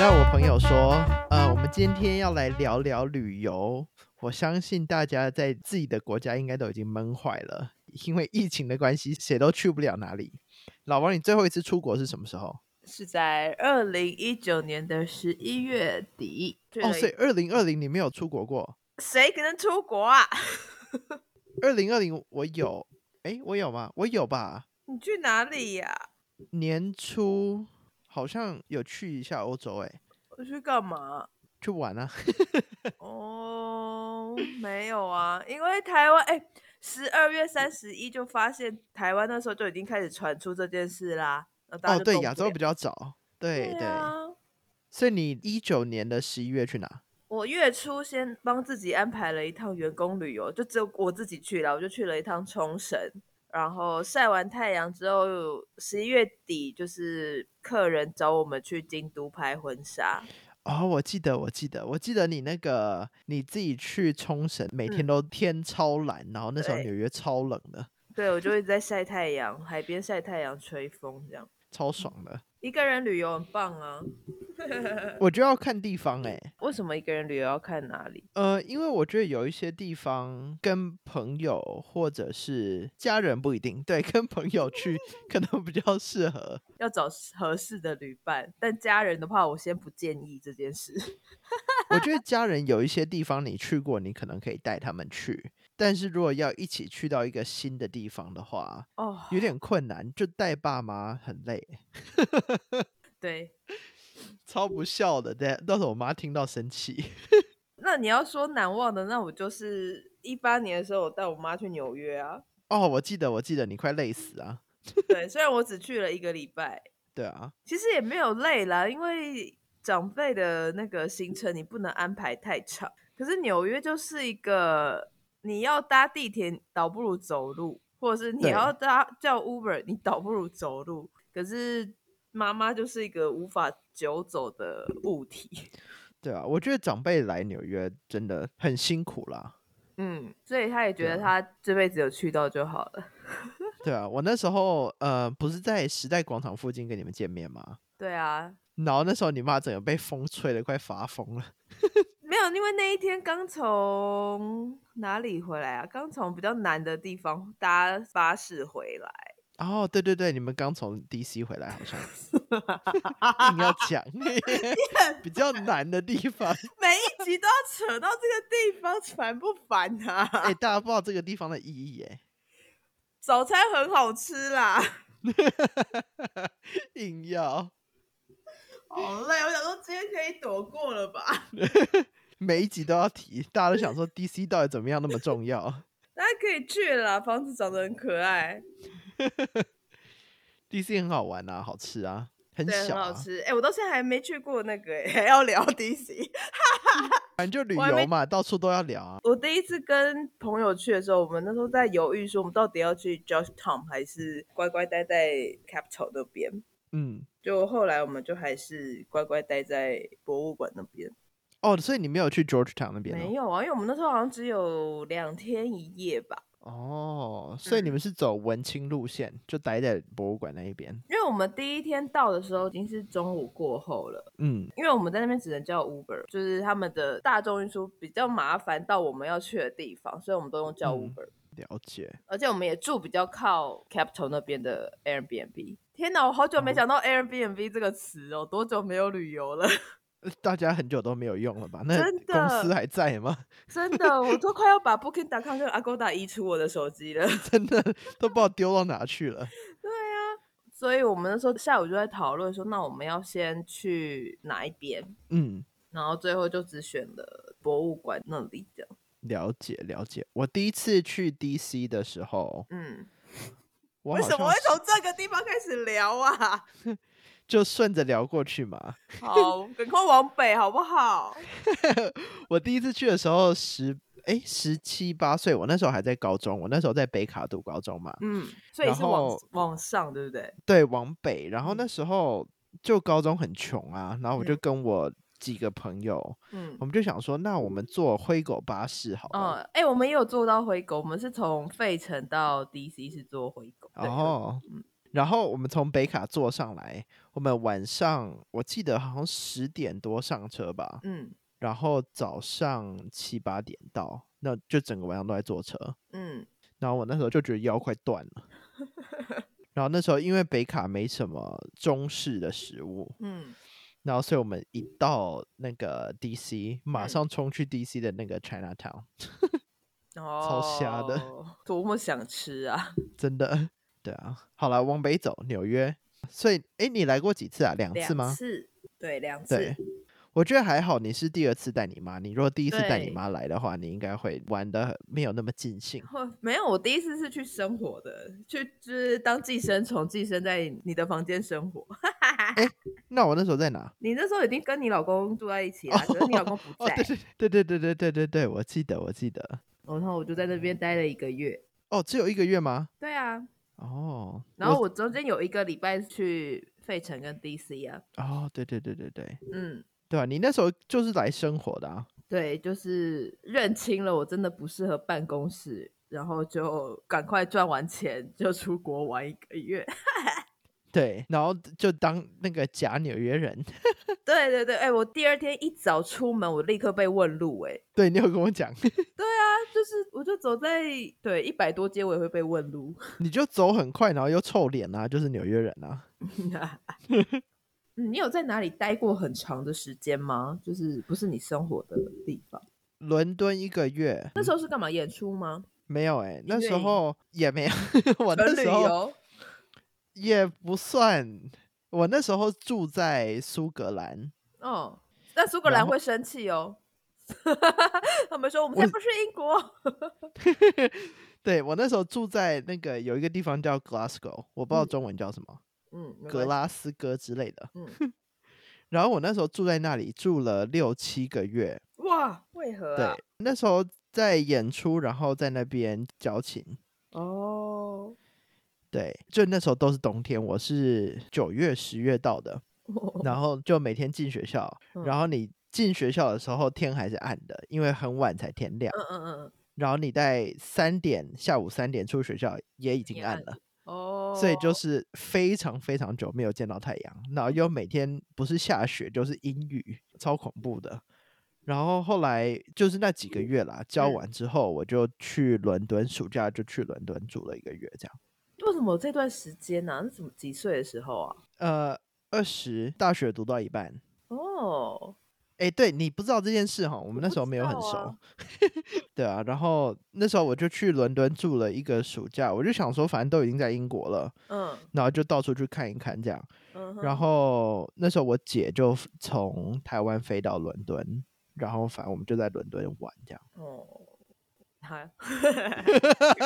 到我朋友说，呃，我们今天要来聊聊旅游。我相信大家在自己的国家应该都已经闷坏了，因为疫情的关系，谁都去不了哪里。老王，你最后一次出国是什么时候？哦是在二零一九年的十一月底。去哦，了所以二零二零你没有出国过。谁可能出国啊？ 二零二零我有，诶，我有吗？我有吧。你去哪里呀、年初好像有去一下欧洲，诶，我去干嘛？去玩啊。哦，没有啊，因为台湾哎，十二月三十一就发现台湾那时候就已经开始传出这件事啦。然后大家哦，就对，动亚不洲了比较早。对对，啊所以你一九年的十一月去哪？我月初先帮自己安排了一趟员工旅游，就只有我自己去了，我就去了一趟冲绳，然后晒完太阳之后，十一月底就是客人找我们去京都拍婚纱，哦，我记得，我记得，我记得你那个你自己去冲绳，每天都天超蓝，然后那时候对纽约超冷的，对我就一直在晒太阳，海边晒太阳吹风这样，超爽的。一个人旅游很棒啊。我觉得要看地方诶、为什么一个人旅游要看哪里？呃，因为我觉得有一些地方跟朋友或者是家人不一定，对，跟朋友去可能比较适合。要找合适的旅伴，但家人的话，我先不建议这件事。 我觉得家人有一些地方你去过，你可能可以带他们去，但是如果要一起去到一个新的地方的话，哦，有点困难，就带爸妈很累欸。对，超不孝的，对，到时候我妈听到生气。那你要说难忘的，那我就是一八年的时候，我带我妈去纽约 啊。哦，我记得，我记得，你快累死啊！对，虽然我只去了一个礼拜，对啊，其实也没有累啦，因为长辈的那个行程你不能安排太长。可是纽约就是一个你要搭地铁，倒不如走路，或者是你对要搭叫 Uber，你倒不如走路。可是妈妈就是一个无法久走的物体， 对啊，我觉得长辈来纽约真的很辛苦啦。嗯，所以她也觉对得啊她这辈子有去到就好了。对啊，我那时候呃，不是在时代广场附近跟你们见面吗？对啊，然后那时候你妈整个被风吹的快发疯了。没有，因为那一天刚从哪里回来啊？刚从比较南的地方搭巴士回来。 哦，对对对，你们刚从 DC 回来，好像硬要讲比较难的地方。每一集都要扯到这个地方，烦不烦啊？哎、大家不知道这个地方的意义哎， 早餐很好吃啦，硬要。好累。我想说今天可以躲过了 吧？每一集都要提，大家都想说 DC 到底怎么样那么重要大家可以去了啦，房子长得很可爱， ？DC 很好玩啊，好吃啊，很对，很小、好啊，吃。哎、我到现在还没去过那个、欸，还要聊 DC。反正就旅我还没游嘛，到处都要聊啊。我第一次跟朋友去的时候，我们那时候在犹豫说，我们到底要去 Georgetown 还是乖乖待在 Capital 那边。嗯，就后来我们就还是乖乖待在博物馆那边。哦，所以你没有去 Georgetown 那边没哦。有啊，因为我们那时候好像只有两天一夜吧，哦，所以嗯你们是走文青路线，就待在博物馆那一边。因为我们第一天到的时候已经是中午过后了，嗯，因为我们在那边只能叫 Uber，就是他们的大众运输比较麻烦到我们要去的地方，所以我们都用叫嗯 Uber，、了解。而且我们也住比较靠 Capital 那边的 Airbnb。天哪，我好久没讲到 Airbnb 这个词哦，多久没有旅游了？ 呃大家很久都没有用了吧？那真的公司还在吗？ 真 的，我都快要把 Booking.com 跟 Agoda 移除我的手机了。真的都不知道丢到哪去了。所以我们那时候下午就在讨论说，那我们要先去哪一边，嗯，然后最后就只选了博物馆那里这样。了解了解。我第一次去 DC 的时候，嗯，我为好什像么会是从这个地方开始聊啊？就顺着聊过去嘛。好，赶快往北好不好？我第一次去的时候十哎十七八岁，我那时候还在高中，我那时候在北卡读高中嘛，嗯，所以是然往后往上，对不对？对，往北。然后嗯那时候就高中很穷啊，然后我就跟我几个朋友，嗯我。们就想说，那我们坐灰狗巴士好嗯，了。哎、我们也有坐到回狗，我们是从费城到 DC 是坐回狗。对然后嗯，然后我们从北卡坐上来，我们晚上我记得好像十点多上车吧，嗯然后早上七八点到，那就整个晚上都在坐车。嗯然后我那时候就觉得腰快断 了。然后那时候因为北卡没什么中式的食物，嗯，然后所以我们一到那个 DC，马嗯上冲去 DC 的那个 Chinatown，哦，瞎的，多么想吃啊！真的，对啊。好了，往北走，纽约。所以，诶，你来过几次啊？两次两吗？次，对，两次，对，我觉得还好。你是第二次带你妈，你如果第一次带你对妈来的话，你应该会玩的没有那么尽兴。会没有，我第一次是去生活的，去就是当寄生虫，寄生在你的房间生活。 那我那时候在哪？你那时候已经跟你老公住在一起了，可是你老公不哦，在，对对对对对对对对对，我记得我记得。然后我就在那边待了一个月。哦，只有一个月吗？对啊，哦，然后我中间有一个礼拜去费城跟 DC 啊，哦，对对对对对，嗯，对啊，你那时候就是来生活的啊，对，就是认清了我真的不适合办公室，然后就赶快赚完钱就出国玩一个月。 对，然后就当那个假纽约人，对对对，哎、我第二天一早出门，我立刻被问路、哎，对你有跟我讲， 啊，就是我就走在对一百多街，我也会被问路。 你就走很快，然后又臭脸啊，就是纽约人啊。嗯你有在哪里待过很长的时间吗？就是不是你生活的地方？伦敦一个月那时候是干嘛？演出吗？没有哎、那月时营候也没有， 我纯哦那旅时候游？也不算，我那时候住在苏格兰，哦，但苏格然兰后会生气哦。 他们说我们才我不是英国。对我那时候住在那个有一个地方叫 Glasgow，我不知道嗯中文叫什么，嗯，没格关系。拉斯哥之类的。嗯， 然后我那时候住在那里住了六七个月，哇，为何啊对？，那时候在演出，然后在那边交情。哦， 对，就那时候都是冬天，我是九月、十月到的，然后就每天进学校，然哦嗯后你进学校的时候天还是暗的，因为很晚才天亮，嗯嗯嗯，然后你在三点下午三点出学校也已经也暗暗了，哦，所以就是非常非常久没有见到太阳，然后又每天不是下雪就是阴雨，超恐怖的。然后后来就是那几个月啦，教嗯完之后我就去伦敦，暑假就去伦敦住了一个月，这样。为什么这段时间呢、啊？那怎么几岁的时候啊？呃，二十大学读到一半，哦，哎，对你不知道这件事哈，我们那不时候知没有很道熟，啊 对啊。然后那时候我就去伦敦住了一个暑假，我就想说反正都已经在英国了，嗯然后就到处去看一看这样。嗯哼，然后那时候我姐就从台湾飞到伦敦，然后反正我们就在伦敦玩这样。哦，好，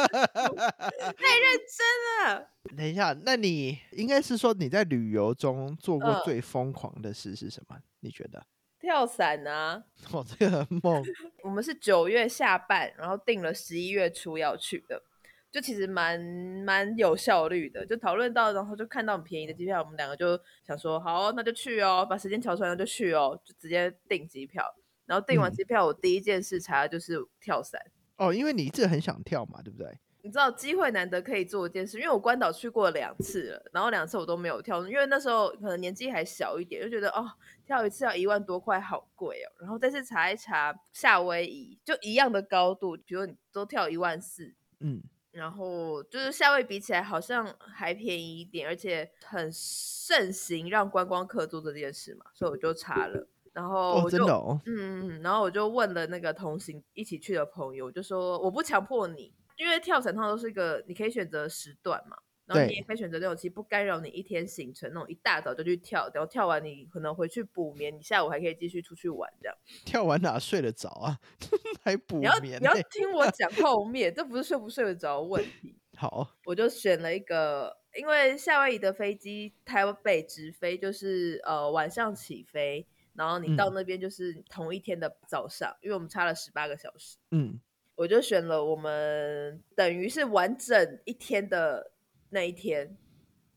太认真了。等一下，那你应该是说你在旅游中做过嗯最疯狂的事是什么？你觉得？跳伞啊，我这个很 猛我们是九月下半，然后定了十一月初要去的，就其实蛮蛮有效率的。就讨论到，然后就看到很便宜的机票，我们两个就想说，好，那就去哦，把时间调出来，那就去哦，就直接订机票。然后订完嗯机票，我第一件事查的就是跳伞。哦，因为你一直很想跳嘛，对不对？你知道机会难得可以做一件事，因为我关岛去过两次了，然后两次我都没有跳，因为那时候可能年纪还小一点，就觉得哦，跳一次要一万多块，好贵哦。然后再次查一查夏威夷，就一样的高度，比如你都跳一万四，嗯，然后就是夏威夷比起来好像还便宜一点，而且很盛行让观光客做这件事嘛，所以我就查了，然后哦，我真就、的哦，嗯，嗯，然后我就问了那个同行一起去的朋友，我就说我不强迫你，因为跳伞通常都是一个你可以选择时段嘛，然后你对也可以选择那种其实不干扰你一天行程那种，一大早就去跳，然后跳完你可能回去补眠，你下午还可以继续出去玩这样。跳完哪睡得着啊？ 还补你要眠、你呢要听我讲后面，这不是睡不睡得着的问题。好，我就选了一个，因为夏威夷的飞机台北直飞就是呃晚上起飞，然后你到嗯那边就是同一天的早上，因为我们差了十八个小时。嗯，我就选了我们等于是完整一天的那一天，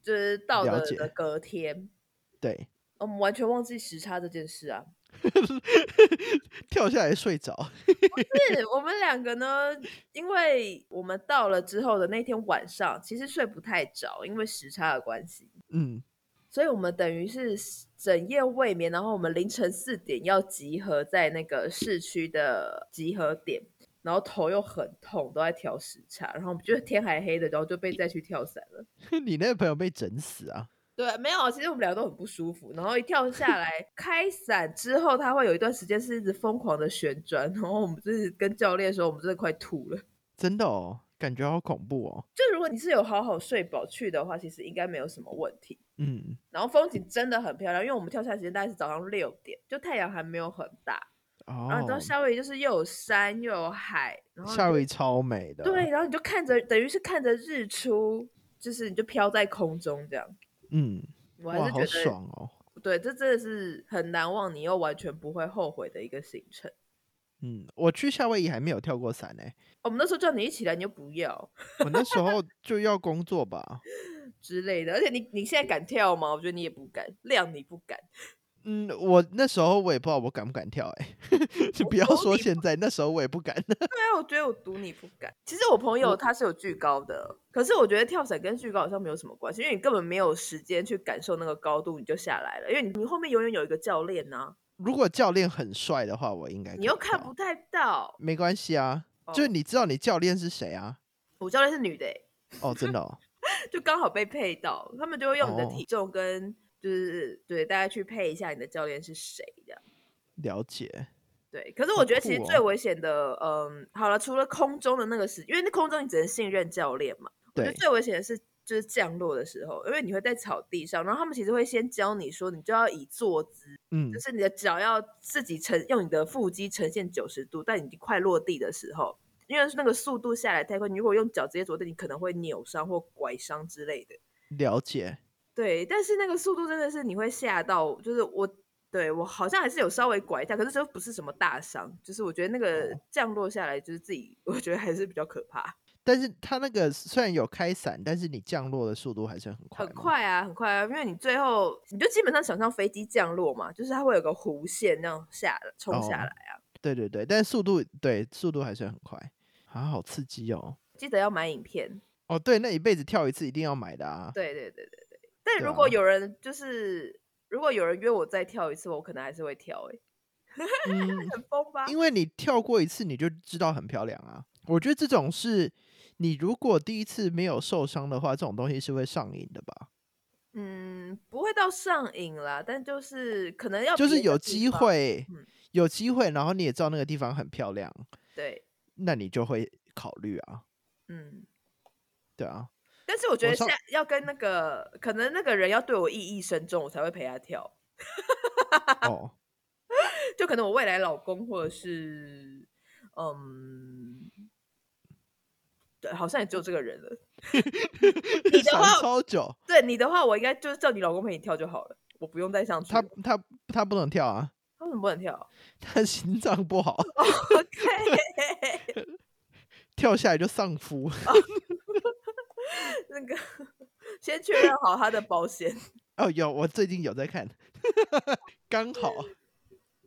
就是到了的解的隔天，对，我们完全忘记时差这件事啊。跳下来睡着。是我们两个呢，因为我们到了之后的那天晚上，其实睡不太着，因为时差的关系，嗯， 所以我们等于是整夜未眠，然后我们凌晨四点要集合在那个市区的集合点，然后头又很痛，都在调时差，然后我们就天还黑的，然后就被再去跳伞了。你那个朋友被整死啊！对，没有，其实我们两个都很不舒服。然后一跳下 来，开伞之后，它会有一段时间是一直疯狂的旋转，然后我们就是跟教练说，我们真的快吐了。真的哦，感觉好恐怖哦。就如果你是有好好睡饱去的话，其实应该没有什么问题。嗯，然后风景真的很漂亮，因为我们跳下来时间大概是早上六点，就太阳还没有很大。哦啊然后你知道，夏威夷就是又有山又有海，然后你夏就威夷超美的。对，，然后你就看着，等于是看着日出，就是你就飘在空中这样。嗯，我还哇，是觉好得爽哦。对，这真的是很难忘，你又完全不会后悔的一个行程。嗯，我去夏威夷还没有跳过伞呢、我们那时候叫你一起来，你就不要我那时候就要工作吧。之类的，而且你你现在敢跳吗？我觉得你也不敢，亮你不敢。嗯，我那时候我也不知道我敢不敢跳哎、 就不要懂说你现在，那时候我也不敢。对啊，我觉得我赌你不敢。其实我朋友他是有惧高的，可是我觉得跳伞跟惧高好像没有什么关系，因为你根本没有时间去感受那个高度，你就下来了，因为你你后面永远有一个教练呢、如果教练很帅的话，我应该你又可以看跳不太到。没关系啊，就哦你知道你教练是谁啊？我教练是女的欸、哦，真的、哦，就刚好被配到，他们就会用你的哦体重跟就是对大家去配一下你的教练是谁这样。了解。对，可是好我觉得其实酷最哦危险的，嗯，好了，除了空中的那个时，因为那空中你只能信任教练嘛。我觉对得，最危险的是就是降落的时候，因为你会在草地上，然后他们其实会先教你说，你就要以坐姿，嗯就，是你的脚要自己呈用你的腹肌呈现九十度，但你快落地的时候，因为那个速度下来太快，你如果用脚直接着地，你可能会扭伤或拐伤之类的。了解。对，但是那个速度真的是你会吓到，就是我对我好像还是有稍微拐一下，可是这不是什么大伤，就是我觉得那个哦降落下来，就是自己我觉得还是比较可怕，但是他那个虽然有开伞，但是你降落的速度还是很快。很。快啊，很快啊，因为你最后你就基本上想象飞机降落嘛，就是它会有个弧线那样下来冲下哦来啊，对对对，但速度对速度还是很快啊，好刺激哦。记得要买影片，哦，对，那一辈子跳一次一定要买的啊。对对对对对，但对如果啊有人就是。如果有人约我再跳一次，我可能还是会跳、欸，嗯，很疯 吧？因为你跳过一次，你就知道很漂亮啊。我觉得这种是你如果第一次没有受伤的话，这种东西是会上瘾的吧？嗯，不会到上瘾啦，但就是可能要就是别的有地机方会嗯，有机会，然后你也知道那个地方很漂亮，对，那你就会考虑啊，嗯，对 啊，但是我觉我得下上要跟那个，可能那个人要对我意义深重，我才会陪他跳。哦，就可能我未来老公，或者是嗯，对，好像也只有这个人了。你的想话超 久，对你的话，我应该就是叫你老公陪你跳就好了，我不用再上去他了。他他不能跳啊，他为什么不能跳 他心脏不好， ？OK，跳下来就丧夫。那个先确认好他的保险。哦，有，我最近有在看， 刚好。嗯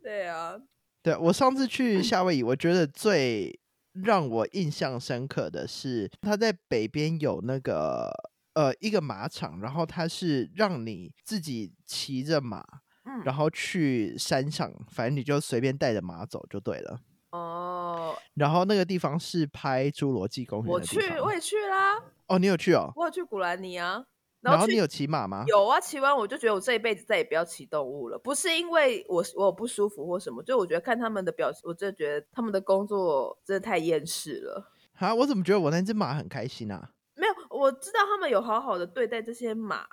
对啊，对我上次嗯去夏威夷，我觉得最让我印象深刻的是，它在北边有那个呃一个马场，然后它是让你自己骑着马，嗯，然后去山上，反正你就随便带着马走就对了。哦，然后那个地方是拍《侏罗纪公园》我的去地，方。我也去啦，哦，你有去哦？我有去古兰尼啊，然后去你有骑马吗？有啊，骑完我就觉得我这一辈子再也不要骑动物了。不是因为我我有不舒服或什么，就我觉得看他们的表情，我真的觉得他们的工作真的太厌世了。啊，我怎么觉得我那只马很开心 啊？没有，我知道他们有好好的对待这些马，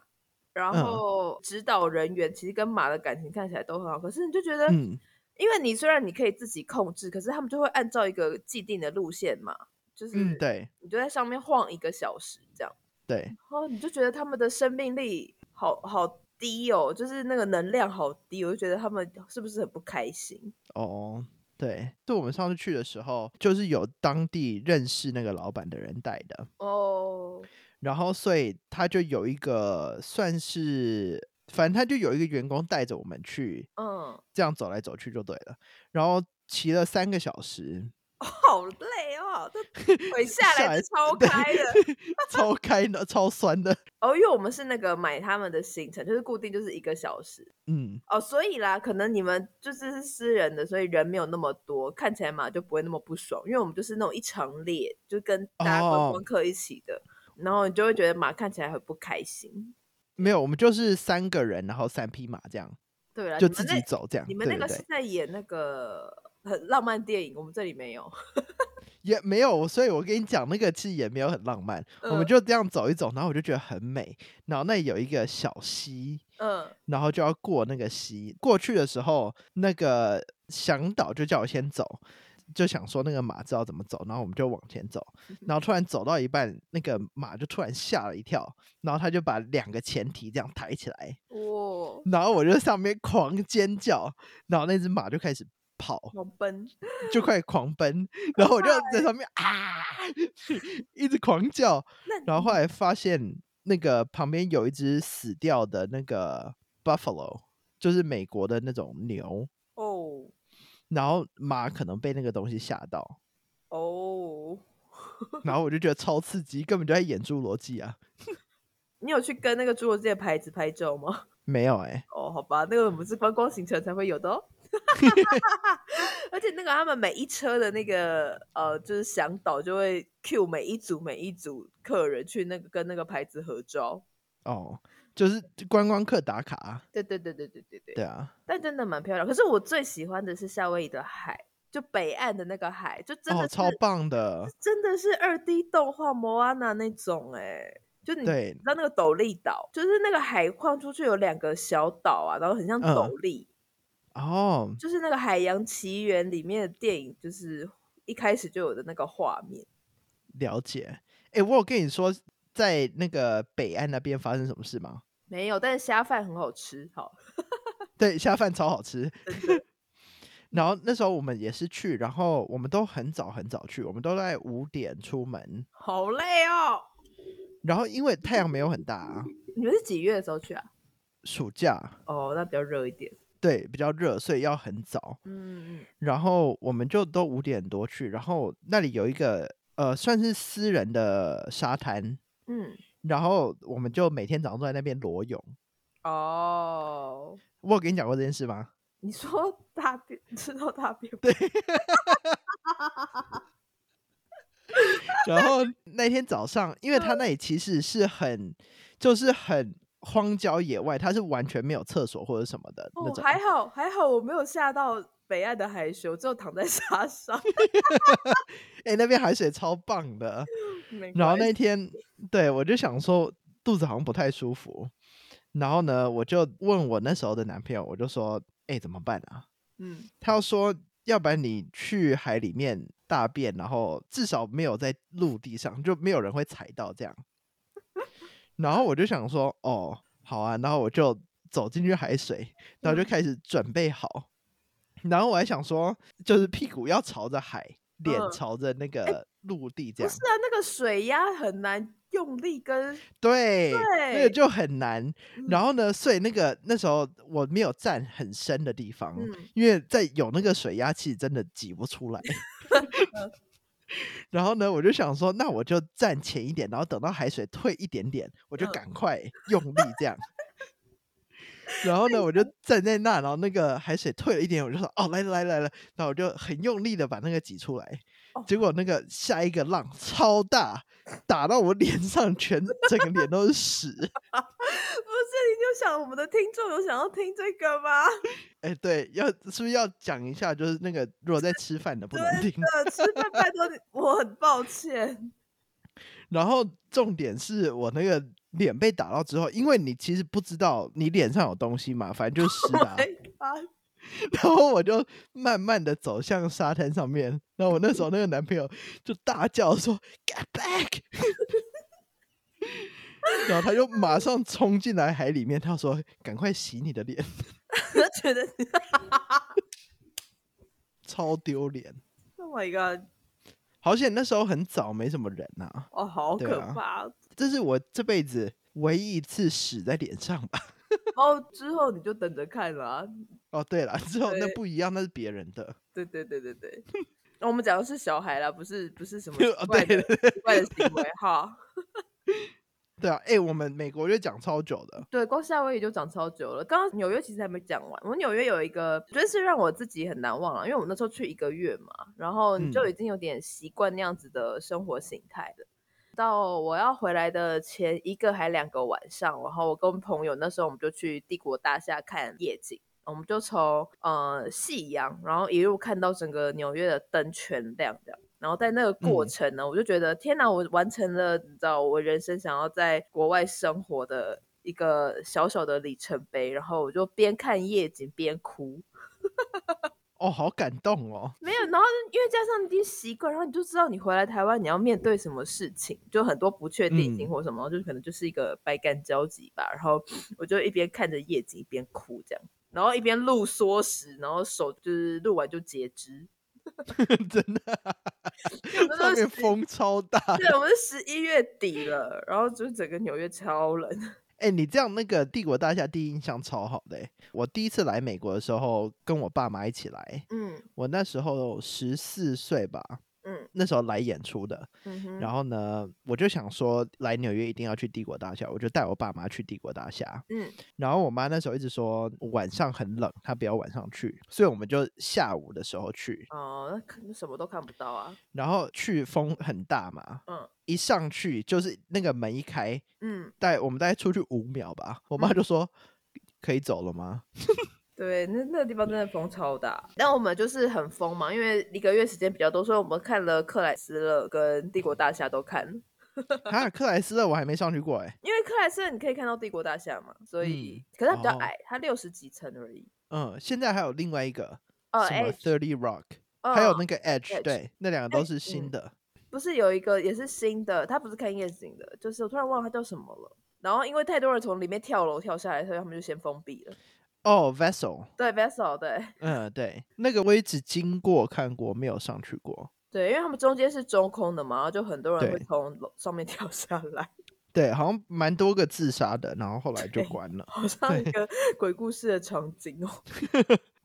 然嗯后指导人员其实跟马的感情看起来都很好，可是你就觉得，嗯，因为你虽然你可以自己控制，可是他们就会按照一个既定的路线嘛，就是嗯，对你就在上面晃一个小时这样。对，哦，你就觉得他们的生命力好好低哦，就是那个能量好低，我就觉得他们是不是很不开心？哦，对，对我们上次去的时候，就是有当地认识那个老板的人带的，哦，然后所以他就有一个算是反正他就有一个员工带着我们去，嗯，这样走来走去就对了。然后骑了三个小时，好累哦，这 腿下下来来 是超对开的。超开的，超酸的。哦，因为我们是那个买他们的行程，就是固定就是一个小时嗯，哦，所以啦，可能你们就是是私人的，所以人没有那么多，看起来嘛就不会那么不爽，因为我们就是那种一长列，就跟大家观哦光客一起的，然后你就会觉得马看起来很不开心。没有，我们就是三个人，然后三匹马这样，对啦，就啊你们自己那走这样。你们那对个对是对，在演那个很浪漫电影，我们这里没有。也没有，所以我跟你讲，那个其实也没有很浪漫。 我嗯们就这样走一走，然后我就觉得很美。然后那里有一个小溪，嗯，然后就要过那个溪。过去的时候，那个向导就叫我先走，就想说那个马知道怎么走，然后我们就往前走。然后突然走到一半，那个马就突然吓了一跳，然后他就把两个前蹄这样抬起来，哇，然后我就上面狂尖叫，然后那只马就开始跑，狂奔，就快狂奔，然后我就在上面啊，一直狂叫，那然后后来发现那个旁边有一只死掉的那个 buffalo，就是美国的那种牛，哦然后马可能被那个东西吓 到，哦，然后我就觉得超刺激，根本就在演侏罗纪啊！你有去跟那个侏罗纪的牌子拍照吗？没有哎、哦，好吧，那个我们是观光行程才会有的哦。 而且那个他们每一车的那个呃，就是向导就会 cue 每一组每一组客人去那个跟那个牌子合照。哦，就是观光客打卡啊，对对对对对对对。对啊，但真的蛮漂亮。可是我最喜欢的是夏威夷的海，就北岸的那个海，就真的哦，是、超棒的，真的是二 D 动画摩阿娜那种哎、就你对知道那个斗笠岛，就是那个海晃出去有两个小岛啊，然后很像嗯斗笠。哦，就是那个《海洋奇缘》里面的电影，就是一开始就有的那个画面。了解。哎、我有跟你说在那个北岸那边发生什么事吗？没有，但是虾饭很好吃，好，对，虾饭超好吃。 然后那时候我们也是去，然后我们都很早很早去，我们都在五点出门。好累哦。然后因为太阳没有很大、啊，你们是几月的时候去啊？暑假哦，那比较热一点。对比较热，所以要很早。嗯嗯然后我们就都五点多去，然后那里有一个呃算是私人的沙滩，嗯，然后我们就每天早上都在那边裸泳。哦，我有跟你讲过这件事吗？你说大便 吃到大便吗，然后那天早上，因为他嗯那里其实是很，就是很荒郊野外，它是完全没有厕所或者什么的那哦，种。还好还好，我没有吓到北岸的海水，我只有躺在 沙上。哎，那边海水超棒的。没然后关那系天，对我就想说肚子好像不太舒服，然后呢，我就问我那时候的男朋友，我就说，哎，怎么办啊？嗯，他又说，要不然你去海里面大便，然后至少没有在陆地上，就没有人会踩到这样。然后我就想说，哦，好啊，然后我就走进去海水，然后嗯就开始准备好。然后我还想说，就是屁股要朝着海，脸嗯朝着那个陆地这不样。是啊，那个水压很难用力跟 对，那对个就很难嗯。然后呢，所以那个那时候我没有站很深的地方，嗯因为在有那个水压器真的挤不 出来。 然后呢，我就想说，那我就站前一点，然后等到海水退一点点，我就嗯赶快用力这 样。然后呢，我就站在那，然后那个海水退了一点，我就说哦，来了来了来了，然后我就很用力的把那个挤出来哦，结果那个下一个浪超大，打到我脸上全，整个脸都是屎。不是，你就想我们的听众有想要听这个吗？哎，对，要是不是要讲一下？就是那个如果在吃饭的不能听。呃，吃饭拜托你，我很抱歉。然后重点是我那个脸被打到之后，因为你其实不知道你脸上有东西嘛，反正就是湿的啊、啊，然后我就慢慢的走向沙滩上面。然后我那时候那个男朋友就大叫说 “Get back”，然后他就马上冲进来海里面，他说：“赶快洗你的脸，我 觉得你超丢脸。 ，Oh my god，” 好险那时候很早，没什么人啊呐、哦，好对可啊怕。这是我这辈子唯一一次屎在脸上吧？ 然后之后你就等着看啦、哦，对了，之后那对不一样，那是别人的。对对对对 对，那我们讲的是小孩啦，不是不是什么哦奇怪对的奇怪的行为哈。对啊，哎，我们美国就讲超久的，对，光夏威夷就讲超久了。刚刚纽约其实还没讲完，我纽约有一个，真是让我自己很难忘啊了，因为我那时候去一个月嘛，然后你就嗯已经有点习惯那样子的生活形态了。到我要回来的前一个还两个晚上，然后我跟朋友那时候我们就去帝国大厦看夜景，我们就从呃夕阳，然后一路看到整个纽约的灯全亮这样。然后在那个过嗯程呢，我就觉得天哪，我完成了你知道我人生想要在国外生活的一个小小的里程碑。然后我就边看夜景边哭，哦，好感动哦。 没有。然后因为加上你已经习惯，然后你就知道你回来台湾你要面对什么事情，就很多不确定性嗯或什么，就可能就是一个百感交集吧。然后我就一边看着夜景一边哭这样，然后一边录缩时，然后手就是录完就 截肢。真的，那上都是面风超大。对，我们是十一月底了，然后就是整个纽约超冷。哎、你这样那个帝国大厦第一印象超好的、欸。我第一次来美国的时候，跟我爸妈一起来，嗯我那时候十四岁吧，嗯那时候来演出的。嗯哼，然后呢，我就想说来纽约一定要去帝国大厦，我就带我爸妈去帝国大厦。嗯然后我妈那时候一直说晚上很冷，她不要晚上去，所以我们就下午的时候去。哦，那看那什么都看不到啊。然后去风很大嘛，嗯一上去就是那个门一开，嗯，带我们大概出去五秒吧，我妈就说。可以走了吗？对，那那个地方真的风超大。但我们就是很疯嘛，因为一个月时间比较多，所以我们看了克莱斯勒跟帝国大厦都看。哈，克莱斯勒我还没上去过哎、因为克莱斯勒你可以看到帝国大厦嘛，所以、可是它比较哦矮，它六十几层而已。嗯，现在还有另外一个、哦，什么 H， Thirty Rock，、还有嗯那个 Edge， Edge 对，那两个都哎是新嗯的。不是有一个也是新的，它不是看夜景的，就是我突然忘了它叫什么了。然后因为太多人从里面跳楼跳下来，所以他们就先封闭了。哦、v e s s e l 对，Vessel，对嗯，对，那个我也只经过看过，没有上去过。对，因为他们中间是中空的嘛，然后就很多人会对从楼上面 跳下来，对，好像蛮多个自杀的，然后后来就对关了。好像一个鬼故事的场景哦。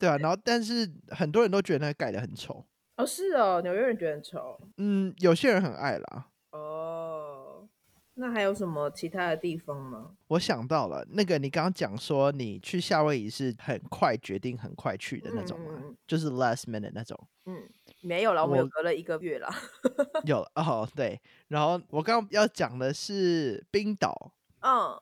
对啊，然后但是很多人都觉得那个盖的很丑。哦，是哦，纽约人觉得很丑嗯，有些人很爱啦。哦。那还有什么其他的地方吗？我想到了，那个你刚刚讲说你去夏威夷是很快决定、很快去的那种嘛，嗯嗯嗯就是 last minute 那种。嗯，没有啦，我们有我隔了一个月啦。有了哦，对。然后我刚刚要讲的是冰岛，嗯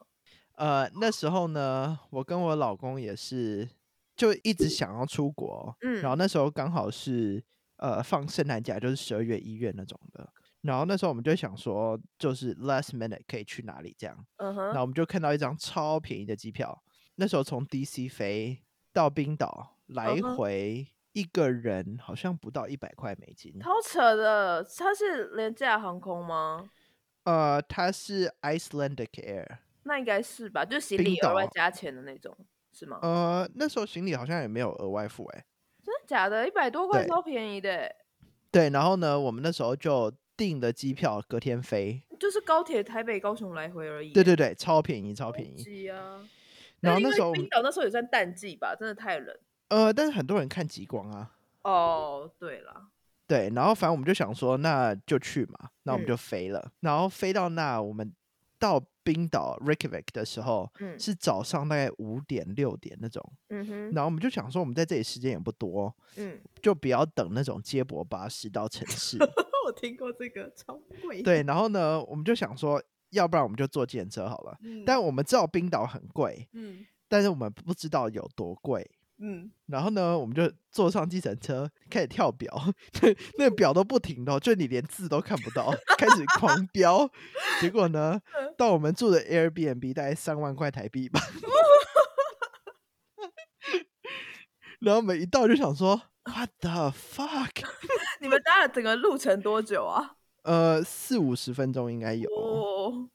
呃，那时候呢，我跟我老公也是就一直想要出国，嗯然后那时候刚好是呃放圣诞假，就是十二月一月那种的。然后那时候我们就想说，就是 last minute 可以去哪里这样，嗯然哼，后我们就看到一张超便宜的机票，那时候从 DC 飞到冰岛来嗯哼回一个人好像不到一百块美金，超扯的，它是廉价航空吗？呃，它是 Icelandic Air，那应该是吧，就是行冰李额外岛加钱的那种，是吗？呃，那时候行李好像也没有额外付哎、真的假的？一百多块对超便宜的欸，对，然后呢，我们那时候就订了机票，隔天飞。就是高铁台北高雄来回而已欸。对对对，超便宜，超超便宜。级啊！然后因那为时候我冰们，岛那时候也算淡季吧，真的太冷。呃，但是很多人看极光啊，哦，对啦，对。然后反正我们就想说，那就去嘛，那我们嗯就飞了。然后飞到那，我们到冰岛 Reykjavik 的时候，嗯是早上大概五点六点那种。嗯哼，然后我们就想说，我们在这里时间也不多，嗯，就不要等那种接驳巴士到城 市。我听过这个超贵，对，然后呢，我们就想说，要不然我们就坐电车好了。嗯，但我们知道冰岛很贵，嗯但是我们不知道有多贵。嗯，然后呢，我们就坐上计程车，开始跳表， 对，那个表都不停的哦，就你连字都看不到，开始狂飙。结果 呢，嗯到我们住的 Airbnb 大概三万块台币吧。 然后我们一到就想说，What the fuck？ 你们搭了整个路程多久 啊？呃，四五十分钟应该有。哦，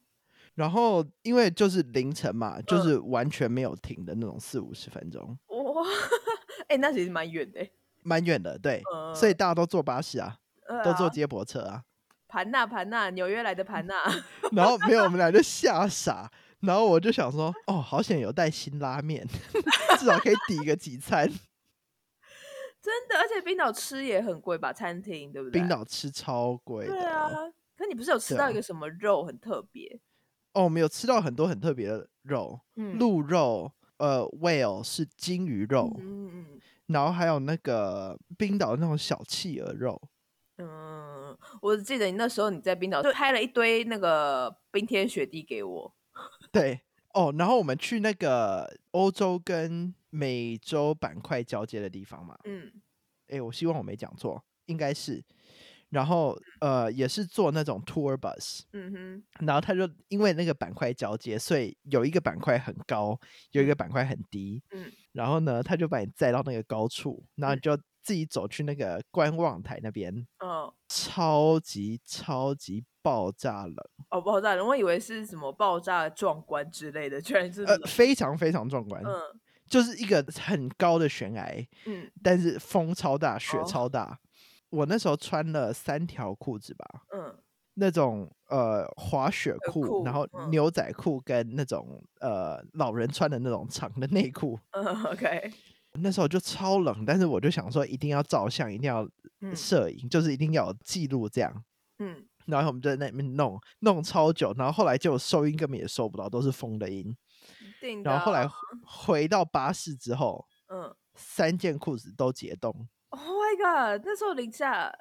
然后因为就是凌晨嘛，嗯就是完全没有停的那种四五十分钟，哇， 哎，那其实蛮远的欸，蛮远的，对，所以大家都坐巴士啊，呃都坐嗯啊接驳车啊，嗯盘纳盘纳，纽约来的盘纳，然后没有我们俩就吓傻，然后我就想说，哦，好险有带新拉面， 至少可以抵个几餐。 真的，而且冰岛吃也很贵吧？餐厅 对不对？冰岛吃超贵的，对啊，可你不是有吃对到啊一个什么肉很特别？哦，我们有吃到很多很特别的肉，嗯，鹿肉，呃，whale 是金鱼肉，嗯嗯然后还有那个冰岛那种小企鹅肉，嗯，我只记得你那时候你在冰岛就拍了一堆那个冰天雪地给我，对哦，然后我们去那个欧洲跟美洲板块交接的地方嘛，嗯诶，我希望我没讲错，应该是。然后呃，也是坐那种 tour bus，嗯哼，然后他就因为那个板块交接，所以有一个板块很高，有一个板块很低。嗯，然后呢，他就把你载到那个高处，然后你就自己走去那个观望台那边，哦超级超级爆炸冷，哦，爆炸了！我以为是什么爆炸壮观之类的，居然是呃冷，，非常非常壮观，嗯就是一个很高的悬崖，嗯但是风超大，雪哦超大。我那时候穿了三条裤子吧，嗯那种呃滑雪裤，裤然后嗯牛仔裤跟那种呃老人穿的那种长的内裤。嗯，OK， 那时候就超冷，但是我就想说一定要照相，一定要嗯摄影，就是一定要有记录这样。嗯然后我们就在那里面弄弄超久，然后后来就收音根本也收不到，都是风的音。定的啊。然后后来回回到巴士之后，嗯三件裤子都解冻， ，Oh my god，那时候零下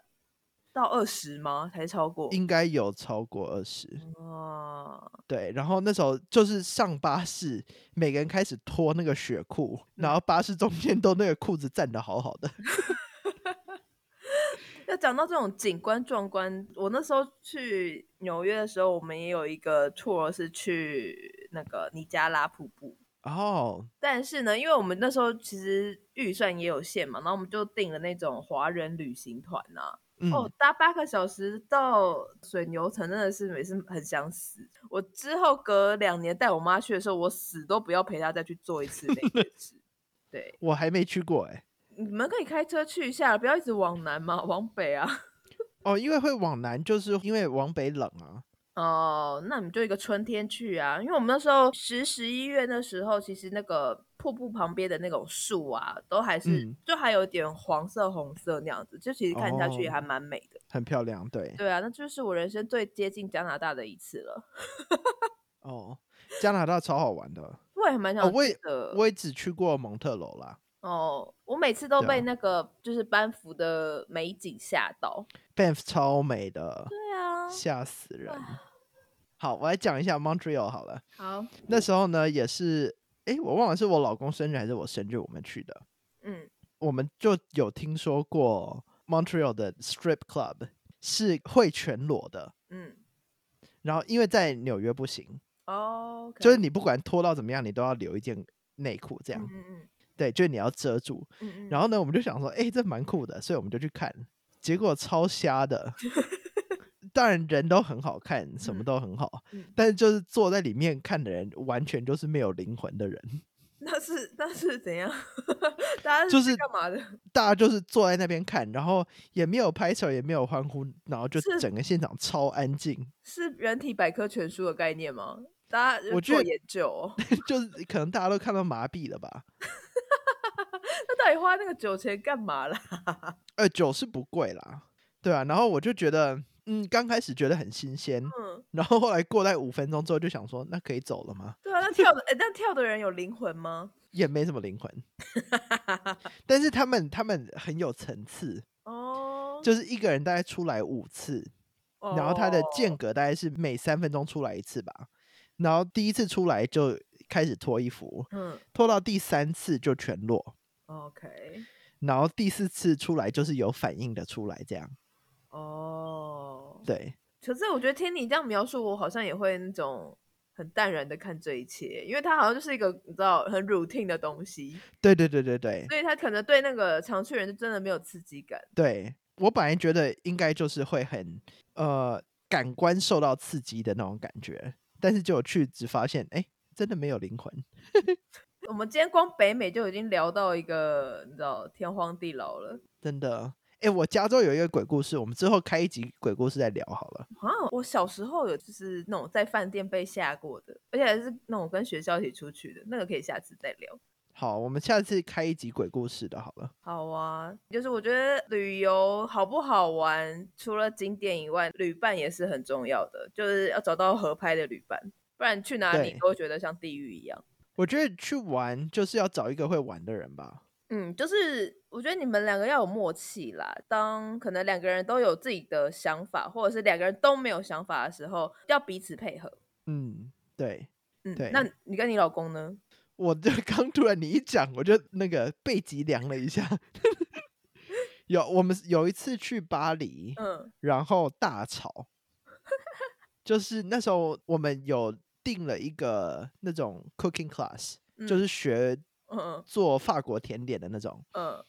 到二十吗？还是超过？应该有超过二十。哦，对，然后那时候就是上巴士，每个人开始脱那个雪裤，然嗯后巴士中间都那个裤子站得好好的。要讲到这种景观壮观，我那时候去纽约的时候，我们也有一个 tour 是去那个尼加拉瀑布。哦，但是呢，因为我们那时候其实预算也有限嘛，然后我们就订了那种华人旅行团啊。 嗯，哦，搭八个小时到水牛城真的是每次很想死。我之后隔两年带我妈去的时候，我死都不要陪她再去做一次那 件事。对，我还没去过哎、你们可以开车去一下，不要一直往南嘛，往北啊。 哦，因为会往南，就是因为往北冷啊。哦，那你们就一个春天去啊，因为我们那时候十、十一月的时候，其实那个瀑布旁边的那种树啊，都还是、嗯就还有点黄色、红色那样子，就其实看下去也哦还蛮美的。很漂亮，对，对啊，那就是我人生最接近加拿大的一次了，哦，加拿大超好玩的，我也蛮哦想，我去也的。我也只去过蒙特楼啦，哦，我每次都对啊被那个就是班夫的美景吓到。 ，Banff 超美的，对啊，吓死人。好，我来讲一下 Montreal 好了，好，那时候呢也是，诶，我忘了是我老公生日还是我生日我们去的，嗯，我们就有听说过 Montreal 的 strip club 是会全裸的，嗯然后因为在纽约不行，哦，就是你不管脱到怎么样，你都要留一件内裤这这样，嗯嗯对，就是你要遮住。嗯嗯，然后呢，我们就想说，哎、这蛮酷的，所以我们就去看，结果超瞎 的。当然人都很好看，什么嗯都很好，嗯但是就是坐在里面看的人，完全就是没有灵魂的人。 那是那是怎样？大家就是是去干嘛的？ 大家就是坐在那边看，然后也没有拍手，也没有欢呼，然后就是整个现场超安静。是人体百科全书的概念吗？大家就我觉做得研究、哦， 就是可能大家都看到麻痹了吧？ 那到底花那个酒钱干嘛啦？ 呃，酒是不贵啦，对啊。然后我就觉得，嗯，刚开始觉得很新鲜，嗯，然后后来过来五分钟之后就想说，那可以走了吗？对啊，那跳的哎、那跳的人有灵魂吗？也没什么灵魂，但是他们他们很有层次，哦，就是一个人大概出来五次，然后他的间哦，隔大概是每三分钟出来一次吧。然后第一次出来就开始脱衣服，嗯脱到第三次就全裸， ，OK，然后第四次出来就是有反应的出来，这样哦，对。可是我觉得听你这样描述，我好像也会那种很淡然的看这一切，因为它好像就是一个你知道很 routine 的东西，对对对对对所以他可能对那个常去人就真的没有刺激感。对，我本来觉得应该就是会很呃感官受到刺激的那种感觉，但是就有去只发现，哎，真的没有灵魂。我们今天光北美就已经聊到一个你知道天荒地老了。真的。哎、我加州有一个鬼故事，我们之后开一集鬼故事再聊好了。啊，我小时候有就是那种在饭店被吓过的，而且还是那种跟学校一起出去的，那个可以下次再聊。好，我们下次开一集鬼故事的好了。好啊，就是我觉得旅游好不好玩，除了景点以外，旅伴也是很重要的，就是要找到合拍的旅伴，不然去哪里对都会觉得像地狱一样。我觉得去玩就是要找一个会玩的人吧。嗯，就是我觉得你们两个要有默契啦。当可能两个人都有自己的想法，或者是两个人都没有想法的时候，要彼此配合。嗯，对，嗯对，那你跟你老公呢？我这 刚突然你一讲，我就那个背脊凉了一下。 有我们有一次去巴黎，嗯然后大吵， 就是那时候我们有订了一个那种 cooking class，、嗯就是学嗯做法国甜点的那种。嗯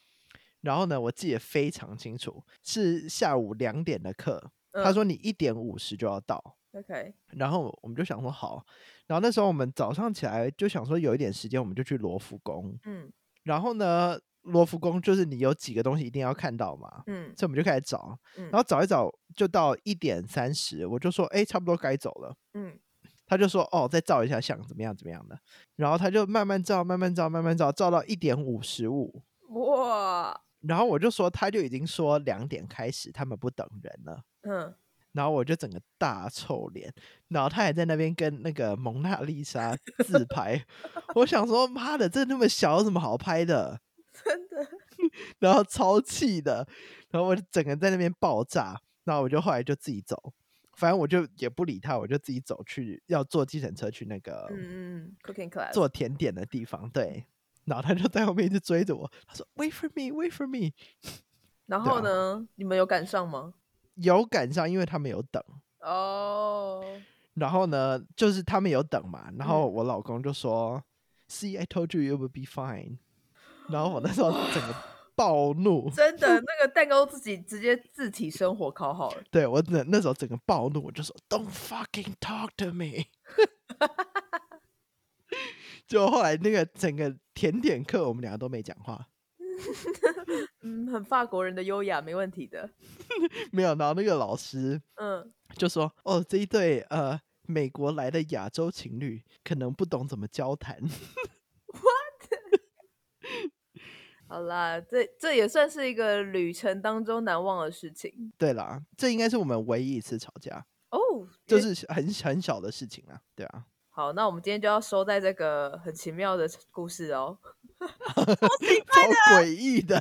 然后呢，我记得非常清楚，是下午两点的课。嗯，他说你一点五十就要到， OK，然后我们就想说好。然后那时候我们早上起来就想说有一点时间，我们就去罗浮宫。嗯然后呢，罗浮宫就是你有几个东西一定要看到嘛，嗯所以我们就开始找，啊嗯然后找一找就到一点三十，我就说哎，差不多该走了。嗯他就说哦，再照一下相，怎么样怎么样的。然后他就慢慢照，慢慢照，慢慢照，照到一点五十五。哇，然后我就说，他就已经说两点开始，他们不等人了。嗯，然后我就整个大臭脸，然后他还在那边跟那个蒙娜丽莎自拍。我想说，妈的，这那么小，有什么好拍的？ 真的， 然后超气的，然后我就整个在那边爆炸。然后我就后来就自己走，反正我就也不理他，我就自己走去要坐计程车去那个嗯嗯，Cooking Class，做甜点的地方。对，然后他就在后面一直追着我，他说 “Wait for me, wait for me”。然对后啊呢，你们有赶上吗？有赶上，因为他们有等。哦，然后呢，就是他们有等嘛，然后嗯我老公就说、See, I told you it would be fine。”然后我那时候整个暴怒， 真的，那个蛋糕自己直接自体生活烤好了，对我那那时候整个暴怒，我就说 “Don't fucking talk to me”。就后来那个整个甜点课，我们两个都没讲话，嗯，很法国人的优雅，没问题的，没有。然后那个老师嗯，就说：“哦，这一对呃美国来的亚洲情侣可能不懂怎么交谈。 好啦，这这也算是一个旅程当中难忘的事情”对啦，这应该是我们唯一一次吵架，哦，就也是很很小的事情啦。对啊，好，那我们今天就要收在这个很奇妙的故事哦。超诡异的。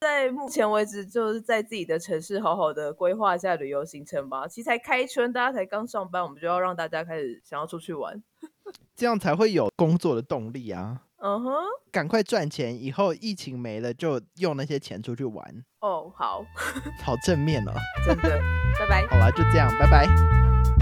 在目前为止，就是在自己的城市好好的规划一下旅游行程吧。其实才开春，大家才刚上班，我们就要让大家开始想要出去玩。这样才会有工作的动力啊！嗯哼，赶快赚钱，以后疫情没了就用那些钱出去玩，哦，好，好正面哦。 真的，拜拜。好啦，就这样，拜拜。